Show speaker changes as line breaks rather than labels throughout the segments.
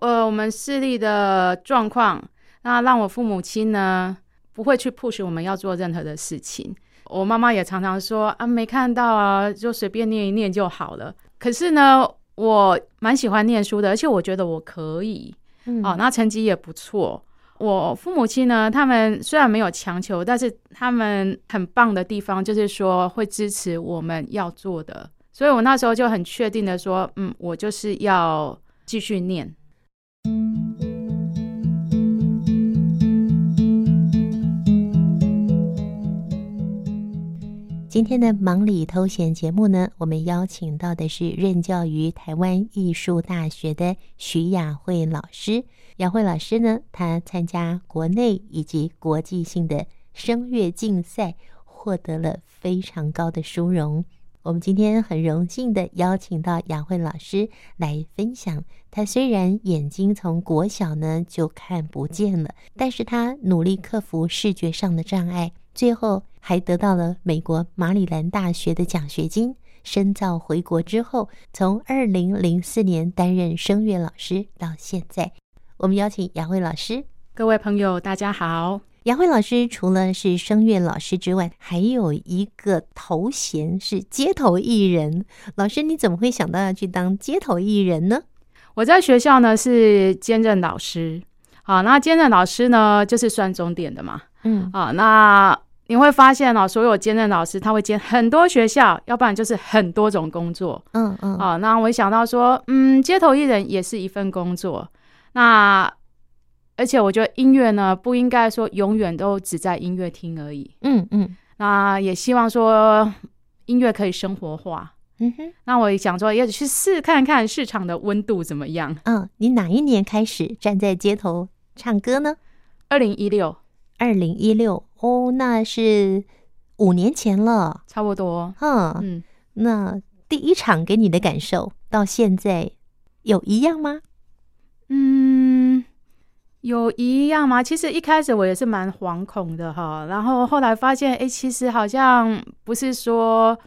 呃们视力的状况，那让我父母亲呢不会去 push 我们要做任何的事情。我妈妈也常常说啊，没看到啊，就随便念一念就好了。可是呢，我蛮喜欢念书的，而且我觉得我可以，
嗯
哦，那成绩也不错。我父母亲呢，他们虽然没有强求，但是他们很棒的地方就是说会支持我们要做的，所以我那时候就很确定的说，嗯，我就是要继续念。
今天的忙里偷闲节目呢，我们邀请到的是任教于台湾艺术大学的徐雅慧老师。雅慧老师呢，她参加国内以及国际性的声乐竞赛，获得了非常高的殊荣。我们今天很荣幸的邀请到雅慧老师来分享。她虽然眼睛从国小呢就看不见了，但是她努力克服视觉上的障碍，最后还得到了美国马里兰大学的奖学金。深造回国之后，从二零零四年担任声乐老师到现在，我们邀请雅慧老师。
各位朋友，大家好，
雅慧老师除了是声乐老师之外，还有一个头衔是街头艺人。老师，你怎么会想到要去当街头艺人呢？
我在学校呢是兼任老师，好，那兼任老师呢就是算终点的嘛，
嗯，
啊，那你会发现哦，所有兼任老师他会兼很多学校，要不然就是很多种工作。
嗯嗯，
啊，那我也想到说，嗯，街头艺人也是一份工作。那而且我觉得音乐呢，不应该说永远都只在音乐厅而已。
嗯嗯
那也希望说音乐可以生活化。
嗯哼，
那我也想说，也许去试看看市场的温度怎么样。
嗯，你哪一年开始站在街头唱歌呢？
二零一六，
二零一六哦，那是五年前了。
差不多。
哼，
嗯，
那第一场给你的感受到现在有一样吗？
嗯，有一样吗？其实一开始我也是蛮惶恐的哈，然后后来发现，哎、其实好像不是说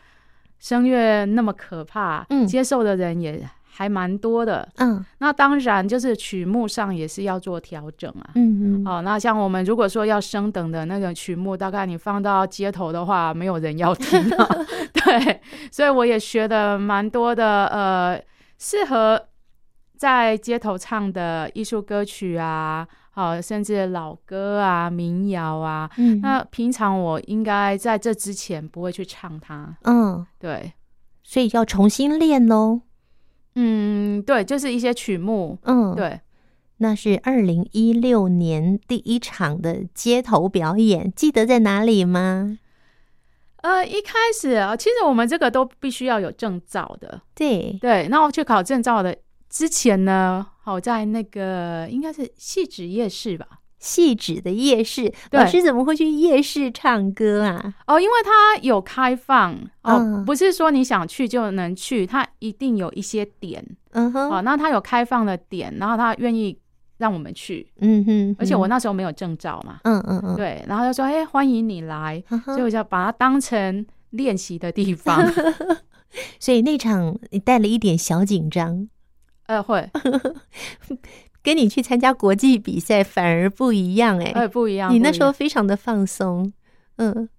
声乐那么可怕，
嗯
接受的人也还蛮多的。
嗯
那当然，就是曲目上也是要做调整啊。
嗯嗯，
哦，那像我们如果说要升等的那个曲目，大概你放到街头的话，没有人要听、啊。 对，所以我也学的蛮多的，呃，适合在街头唱的艺术歌曲啊，好、甚至老歌啊、民谣啊。
嗯
那平常我应该在这之前不会去唱它。
嗯，
对，
所以要重新练哦喽。
嗯，对，就是一些曲目。
嗯，，
对，
那是二零一六年第一场的街头表演，记得在哪里吗？
呃，一开始啊，其实我们这个都必须要有证照的。
对，
对，那我去考证照的之前呢，好在那个应该是戏子夜市吧。
细致的夜市，
对
老师怎么会去夜市唱歌啊？
哦，因为它有开放哦，
嗯
不是说你想去就能去，它一定有一些点
嗯
哦。
哼，
那它有开放的点，然后它愿意让我们去，
嗯哼，
而且我那时候没有证照嘛，
嗯，嗯嗯嗯，
对，然后就说哎、欢迎你来，
嗯
所
哼
以我就把它当成练习的地 方。
所以那场你带了一点小紧张，
呃， 会，
跟你去参加国际比赛反而不一样哎、
呃，不一样。
你
不
那
一
时候
样
非常的放松，嗯。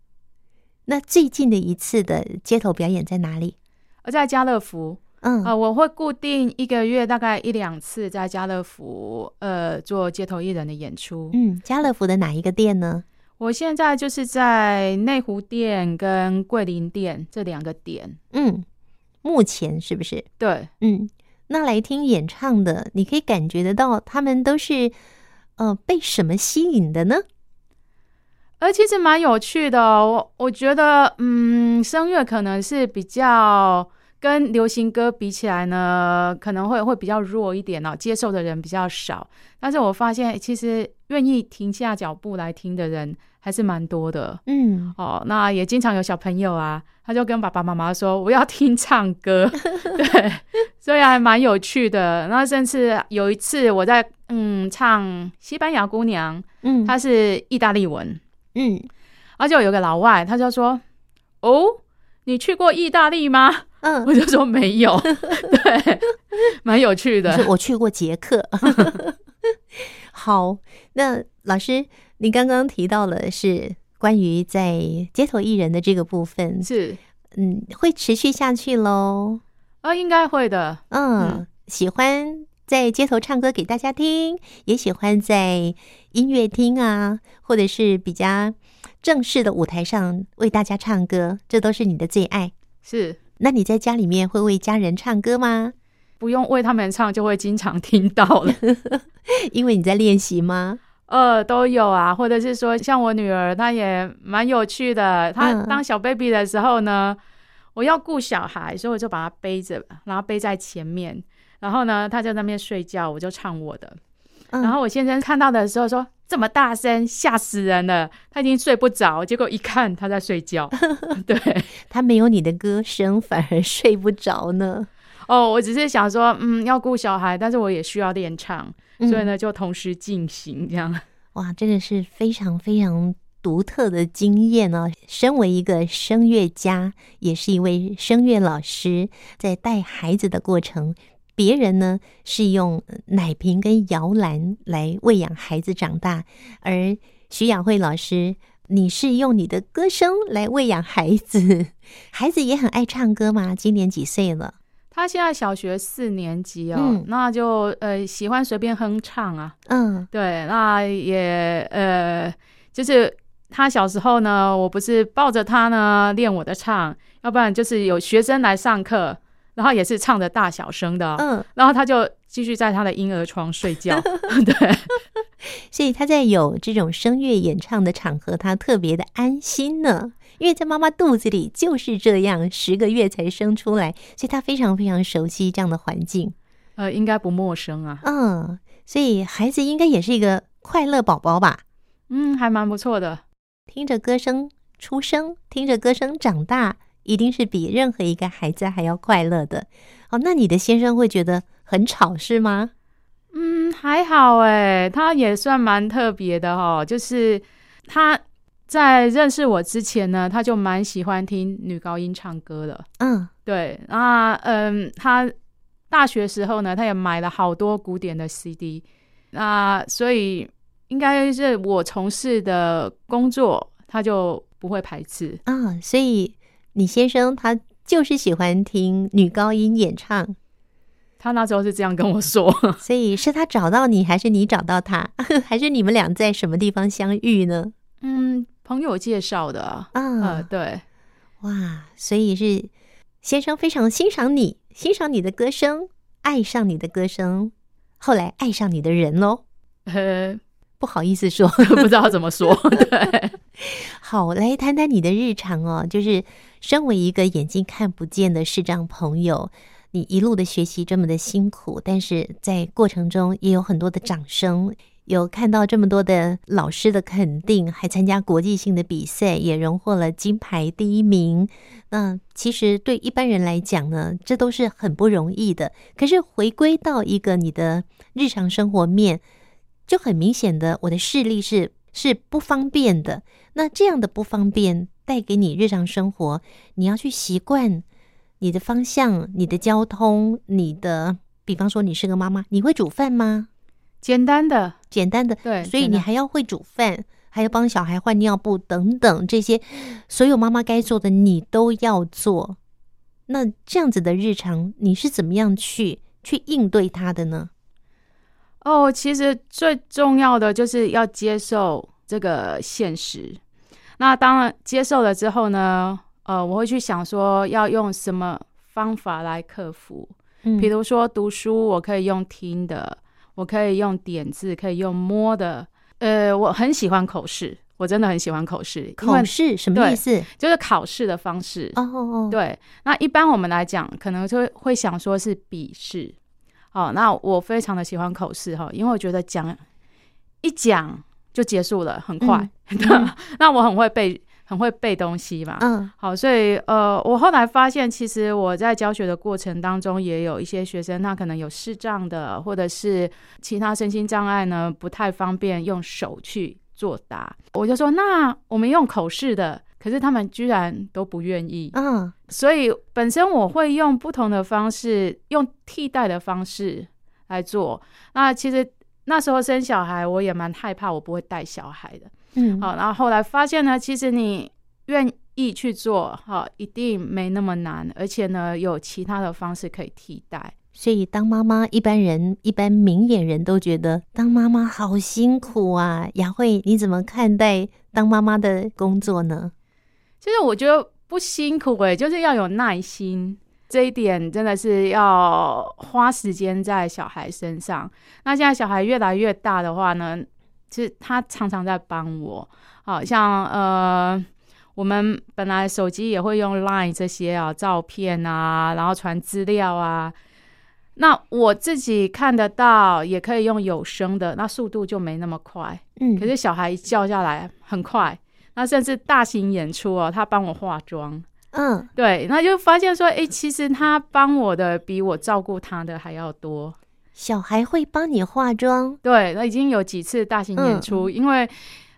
那最近的一次的街头表演在哪里？
我在家乐福，
嗯
啊，我会固定一个月大概一两次在家乐福，呃，做街头艺人的演出。
嗯，家乐福的哪一个店呢？
我现在就是在内湖店跟桂林店这两个点。
嗯，目前是不是？
对，
嗯，那来听演唱的，你可以感觉得到他们都是呃被什么吸引的呢？
而其实蛮有趣的哦、我我觉得，嗯，声乐可能是比较跟流行歌比起来呢，可能会会比较弱一点哦，接受的人比较少。但是我发现，其实愿意停下脚步来听的人还是蛮多的。
嗯，
哦，那也经常有小朋友啊，他就跟爸爸妈妈说我要听唱歌， 对，所以还蛮有趣的。那甚至有一次我在嗯唱《西班牙姑娘》，
嗯
她是意大利文，
嗯，
而且有个老外他就说：“哦，你去过意大利吗？”
嗯
我，就说没有， 对，蛮有趣
你
的
说。我去过捷克。 好，那老师，你刚刚提到了是关于在街头艺人的这个部分，
是，
嗯，会持续下去喽。
呃，应该会的，
嗯，喜欢在街头唱歌给大家听，也喜欢在音乐厅啊，或者是比较正式的舞台上为大家唱歌，这都是你的最爱。
是
那你在家里面会为家人唱歌吗？
不用为他们唱，就会经常听到了。
因为你在练习吗？
呃，都有啊，或者是说，像我女儿，她也蛮有趣的。她
嗯
当小 baby 的时候呢，我要顾小孩，所以我就把她背着，然后背在前面。然后呢，她就在那边睡觉，我就唱我的。
嗯
然后我先生看到的时候说：“这么大声，吓死人了！”他已经睡不着，结果一看他在睡 觉。对，
他没有你的歌声，反而睡不着呢。
哦，我只是想说，嗯，要顾小孩，但是我也需要练唱，
嗯
所以呢，就同时进行这样。
哇，真的是非常非常独特的经验哦！身为一个声乐家，也是一位声乐老师，在带孩子的过程，别人呢是用奶瓶跟摇篮来喂养孩子长大，而徐雅慧老师。你是用你的歌声来喂养孩子， 孩子也很爱唱歌吗？今年几岁了？
他现在小学四年级哦，
嗯
那就呃喜欢随便哼唱啊，
嗯
对，那也呃就是他小时候呢，我不是抱着他呢练我的唱，要不然就是有学生来上课，然后也是唱着大小声的哦、
嗯，
然后他就继续在他的婴儿床睡觉，对，
所以他在有这种声乐演唱的场合，他特别的安心呢，因为在妈妈肚子里就是这样，十个月才生出来，所以他非常非常熟悉这样的环境。
呃，应该不陌生啊，
嗯，所以孩子应该也是一个快乐宝宝吧，
嗯，还蛮不错的，
听着歌声出生，听着歌声长大，一定是比任何一个孩子还要快乐的。哦，那你的先生会觉得很吵是吗？
嗯，还好哎，他也算蛮特别的哦，就是他在认识我之前呢，他就蛮喜欢听女高音唱歌的。
嗯
对，那嗯，他大学时候呢，他也买了好多古典的 CD，那所以应该是我从事的工作，他就不会排斥。
啊、所以你先生他就是喜欢听女高音演唱。
他那时候是这样跟我说。
所以是他找到你，还是你找到他， 还是你们俩在什么地方相遇呢？
嗯，朋友介绍的啊，
啊、
呃，对，
哇！所以是先生非常欣赏你，欣赏你的歌声，爱上你的歌声，后来爱上你的人喽。
呃，
不好意思说，
不知道怎么说， 对。
好，来谈谈你的日常哦。就是身为一个眼睛看不见的视障朋友，你一路的学习这么的辛苦，但是在过程中也有很多的掌声，有看到这么多的老师的肯定，还参加国际性的比赛，也荣获了金牌第一名。那其实对一般人来讲呢，这都是很不容易的。可是回归到一个你的日常生活面，就很明显的，我的视力是是不方便的。那这样的不方便带给你日常生活，你要去习惯你的方向、你的交通、你的，比方说你是个妈妈，你会煮饭吗？
简单的，
简单的，
对，
所以
简
你
单
还要会煮饭，还要帮小孩换尿布等等这些，所有妈妈该做的你都要做。那这样子的日常，你是怎么样去去应对他的呢？
哦，其实最重要的就是要接受这个现实。那当然接受了之后呢，呃，我会去想说要用什么方法来克服。
嗯
比如说读书，我可以用听的，我可以用点字，可以用摸的。呃，我很喜欢口试，我真的很喜欢口试，因为
口试什么
对
意思？
就是考试的方式。
哦哦，哦，
对，那一般我们来讲，可能就会会想说是笔试。哦，那我非常的喜欢口试哈，因为我觉得讲一讲就结束了，很快。 那我很会背，很会背东西嘛。
嗯
好，所以呃，我后来发现，其实我在教学的过程当中，也有一些学生，他可能有视障的，或者是其他身心障碍呢，不太方便用手去作答。我就说，那我们用口试的，可是他们居然都不愿意。
嗯
所以本身我会用不同的方式，用替代的方式来做。那其实那时候生小孩，我也蛮害怕我不会带小孩的。
嗯，
好，然后后来发现呢，其实你愿意去做，好，一定没那么难，而且呢，有其他的方式可以替代。
所以当妈妈，一般人、一般明眼人都觉得当妈妈好辛苦啊。雅慧，你怎么看待当妈妈的工作呢？
其实我觉得不辛苦诶、就是要有耐心。这一点真的是要花时间在小孩身上。那现在小孩越来越大的话呢，其实他常常在帮我。好像呃，我们本来手机也会用 Line 这些啊，照片啊，然后传资料啊。那我自己看得到，也可以用有声的，那速度就没那么快。
嗯，
可是小孩一叫下来很快，那甚至大型演出哦，他帮我化妆，
嗯，
对，那就发现说，哎、其实他帮我的比我照顾他的还要多。
小孩会帮你化妆，
对，那已经有几次大型演
嗯
出，因为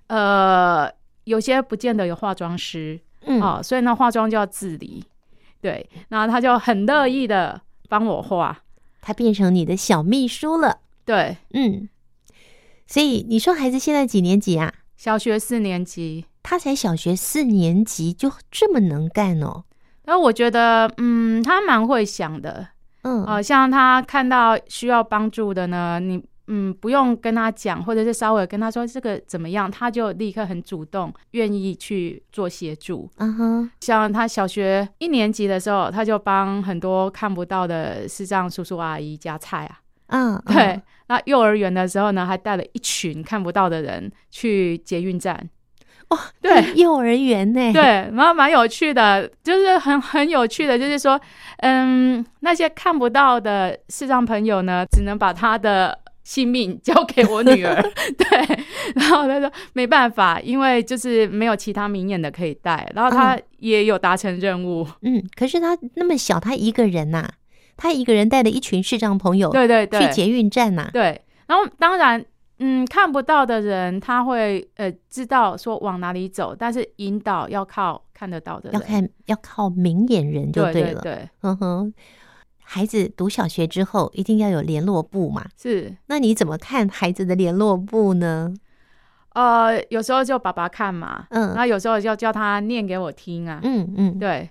呃，有些不见得有化妆师
嗯，
哦，所以呢，化妆就要自理。对，然后他就很乐意的帮我化。
他变成你的小秘书了，
对，
嗯。所以你说孩子现在几年级啊？
小学四年级，
他才小学四年级就这么能干哦，
然后我觉得，嗯，他蛮会想的，
嗯
呃，像他看到需要帮助的呢，你嗯不用跟他讲，或者是稍微跟他说这个怎么样，他就立刻很主动，愿意去做协助。
啊哈，
像他小学一年级的时候，他就帮很多看不到的视障叔叔阿姨夹菜啊。
嗯，
对，那幼儿园的时候呢，还带了一群看不到的人去捷运站。
哇，
对，
嗯幼儿园呢，，
对，然后蛮有趣的，就是很很有趣的，就是说，嗯，那些看不到的视障朋友呢，只能把他的性命交给我女 儿。对，然后他说没办法，因为就是没有其他明眼的可以带，然后他也有达成任务。
嗯，可是他那么小，他一个人呐、他一个人带了一群视障朋友
对对
去
对，
捷运站啊呐、
对，然后当然。嗯，看不到的人他会呃知道说往哪里走，但是引导要靠看得到的人，
要看要靠明眼人就
对
对
对
了，
对，
哼哼。孩子读小学之后一定要有联络部嘛？
是
那你怎么看孩子的联络部呢？
呃，有时候就爸爸看嘛，
嗯
那有时候就叫他念给我听啊，
嗯嗯
对，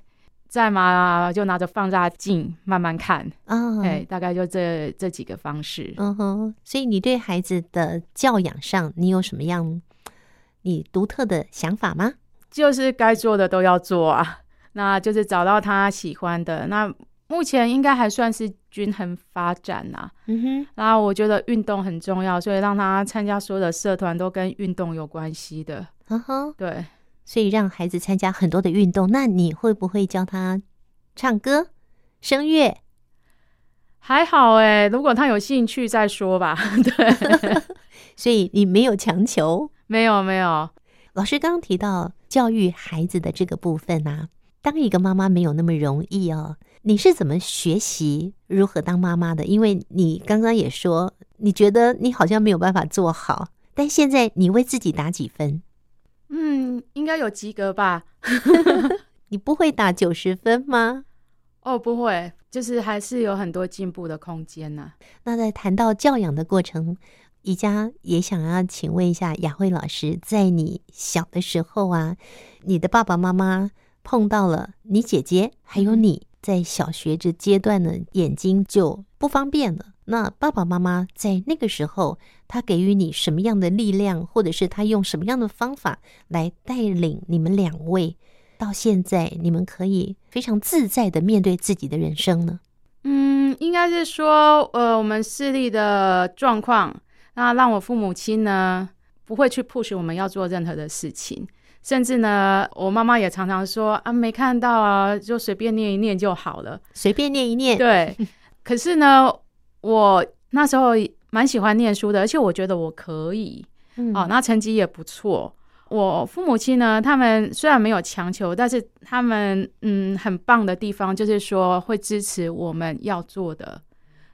在嘛就拿着放大镜慢慢看，
啊，
哎、大概就这这几个方式。
嗯哼。所以你对孩子的教养上，你有什么样你独特的想法吗？
就是该做的都要做啊， 那就是找到他喜欢的。那目前应该还算是均衡发展呐、
嗯哼，
然后我觉得运动很重要，所以让他参加所有的社团都跟运动有关系的。
嗯哼。
对，
所以让孩子参加很多的运动，那你会不会教他唱歌、声乐？
还好哎、如果他有兴趣再说吧。 对，
所以你没有强求。
没有没有，
老师刚刚提到教育孩子的这个部分啊，当一个妈妈没有那么容易哦。你是怎么学习如何当妈妈的？因为你刚刚也说，你觉得你好像没有办法做好，但现在你为自己打几分？
嗯，应该有及格吧？
你不会打九十分吗？
哦，不会，就是还是有很多进步的空间呢、
那在谈到教养的过程，宜家也想要请问一下雅慧老师，在你小的时候啊，你的爸爸妈妈碰到了你姐姐，还
嗯
有你在小学这阶段呢，眼睛就不方便了。那爸爸妈妈在那个时候，他给予你什么样的力量，或者是他用什么样的方法来带领你们两位？到现在，你们可以非常自在的面对自己的人生呢？
嗯，应该是说，呃，我们视力的状况，那让我父母亲呢不会去 push 我们要做任何的事情，甚至呢，我妈妈也常常说啊，没看到啊，就随便念一念就好了。
随便念一念，
对，可是呢，我那时候蛮喜欢念书的，而且我觉得我可以。
嗯
哦，那成绩也不错。我父母亲呢，他们虽然没有强求，但是他们嗯很棒的地方就是说会支持我们要做的，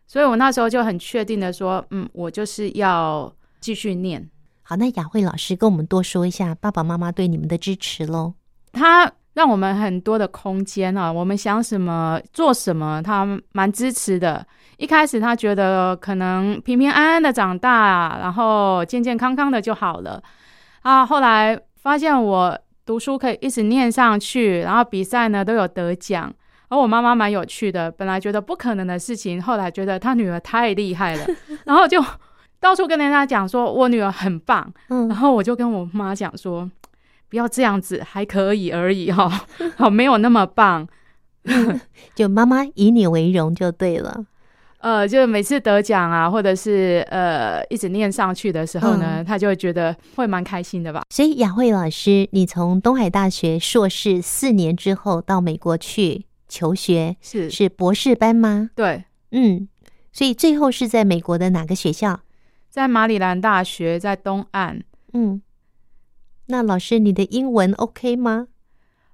所以我那时候就很确定的说，嗯，我就是要继续念。
好，那雅慧老师跟我们多说一下爸爸妈妈对你们的支持喽。
他让我们很多的空间啊，我们想什么做什么，他蛮支持的。一开始他觉得可能平平安安的长大，然后健健康康的就好了啊。后来发现我读书可以一直念上去，然后比赛呢都有得奖。而我妈妈蛮有趣的，本来觉得不可能的事情，后来觉得她女儿太厉害了，然后就到处跟人家讲说我女儿很棒。
嗯
然后我就跟我妈讲说，不要这样子，还可以而已哈、 哦，好没有那么棒。
就妈妈以你为荣就对了。
呃，就是每次得奖啊，或者是呃一直念上去的时候呢，
嗯
她就会觉得会蛮开心的吧。
所以雅慧老师，你从东海大学硕士四年之后到美国去求学，
是，
是博士班吗？
对，
嗯，所以最后是在美国的哪个学校？
在马里兰大学在东岸，
嗯，那老师你的英文 OK 吗？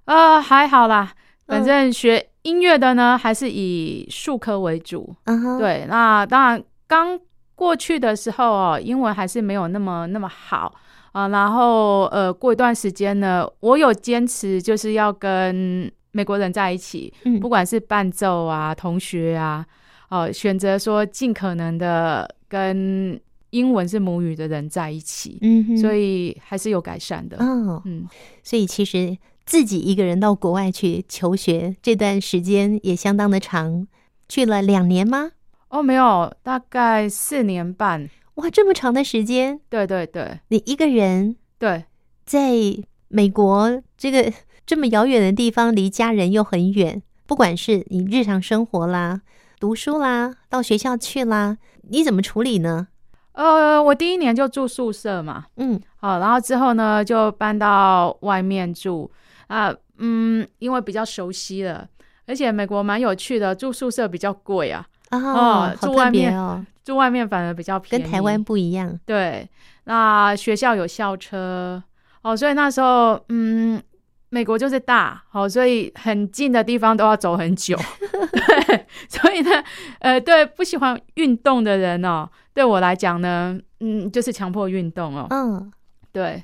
呃，还好啦，
嗯
反正学音乐的呢，还是以数科为主。
啊哈，，
对，那当然刚过去的时候哦，英文还是没有那么那么好啊、然后呃，过一段时间呢，我有坚持就是要跟美国人在一起，
嗯
不管是伴奏啊、同学啊，哦、选择说尽可能的跟英文是母语的人在一起，
嗯哼，
所以还是有改善的。
哦，
嗯，
所以其实自己一个人到国外去求学这段时间也相当的长，去了两年吗？
哦，没有，大概四年半。
哇，这么长的时间，
对对对
你一个人
对，
在美国这个这么遥远的地方，离家人又很远，不管是你日常生活啦、读书啦、到学校去啦，你怎么处理呢？
呃，我第一年就住宿舍嘛，
嗯，
好，然后之后呢就搬到外面住啊，嗯，因为比较熟悉了，而且美国蛮有趣的，住宿舍比较贵啊，
啊、
哦
好
住
特
外
别
面
哦，
住外面反而比较便
跟
宜。
台湾不一样。
对，那学校有校车哦，所以那时候嗯，美国就是大哦，所以很近的地方都要走很 久。对，所以呢，呃，对不喜欢运动的人哦，对我来讲呢，嗯，就是强迫运动哦。
嗯，
对，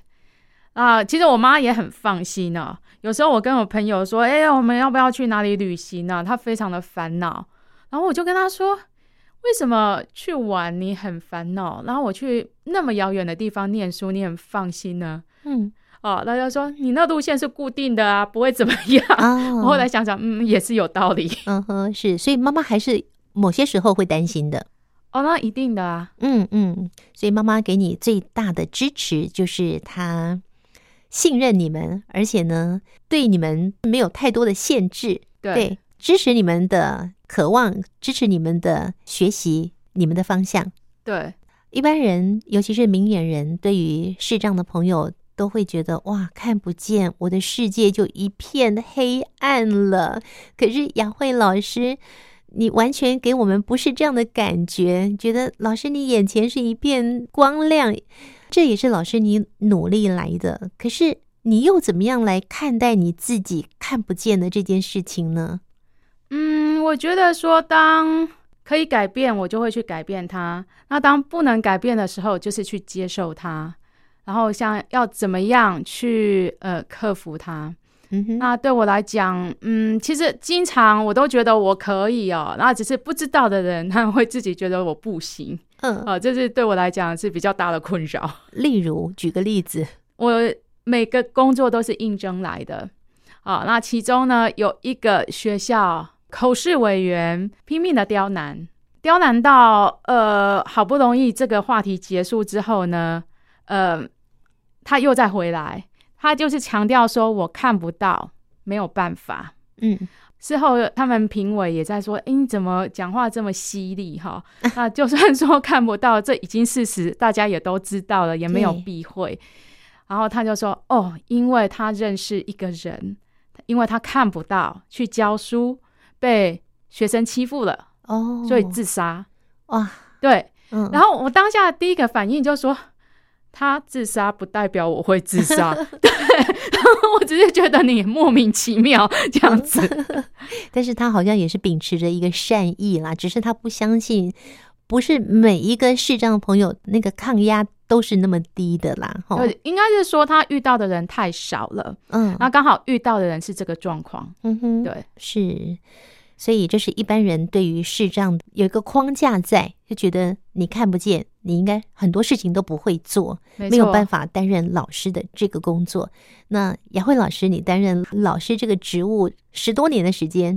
啊、其实我妈也很放心哦。有时候我跟我朋友说：“哎、我们要不要去哪里旅行呢、她非常的烦恼。然后我就跟她说：“为什么去玩你很烦恼，然后我去那么遥远的地方念书，你很放心呢
嗯？”
哦，大家说你那路线是固定的啊，不会怎么样。
啊，
我后来想想，嗯，也是有道理。
嗯哼，是，所以妈妈还是某些时候会担心的。
哦，那一定的啊，
嗯嗯，所以妈妈给你最大的支持就是她信任你们，而且呢，对你们没有太多的限制，
对，
支持你们的渴望，支持你们的学习，你们的方向。
对
一般人，尤其是明眼人，对于视障的朋友都会觉得哇，看不见，我的世界就一片黑暗了。可是雅慧老师，你完全给我们不是这样的感觉，觉得老师你眼前是一片光亮，这也是老师你努力来的。可是你又怎么样来看待你自己看不见的这件事情呢？
嗯，我觉得说，当可以改变，我就会去改变它；那当不能改变的时候，就是去接受它，然后像要怎么样去呃克服它。
嗯哼，
那对我来讲，嗯，其实经常我都觉得我可以哦，那只是不知道的人他会自己觉得我不行
嗯、
啊、呃这是对我来讲是比较大的困扰。
例如举个例子，
我每个工作都是应征来的，啊，那其中呢有一个学校口试委员拼命的刁难，刁难到呃好不容易这个话题结束之后呢，呃，他又再回来，他就是强调说我看不到，没有办法。
嗯
事后他们评委也在说：“哎、你怎么讲话这么犀利哈？ 那就算说看不到，这已经事实，大家也都知道了，也没有
对
避讳。”然后他就说：“哦，因为他认识一个人，因为他看不到，去教书被学生欺负了，
哦，
所以自杀。
哇，
对，
嗯，
然后我当下第一个反应就说。他自杀不代表我会自杀， 对，然后我只是觉得你莫名其妙这样子，
但是他好像也是秉持着一个善意啦，只是他不相信，不是每一个视障朋友那个抗压都是那么低的啦，哈，
对，应该是说他遇到的人太少了，
嗯，
那刚好遇到的人是这个状况，
嗯哼，
对，
是，所以这是一般人对于视障有一个框架在，就觉得你看不见，你应该很多事情都不会做，
没
没有
错
办法担任老师的这个工作。那雅慧老师，你担任老师这个职务十多年的时间，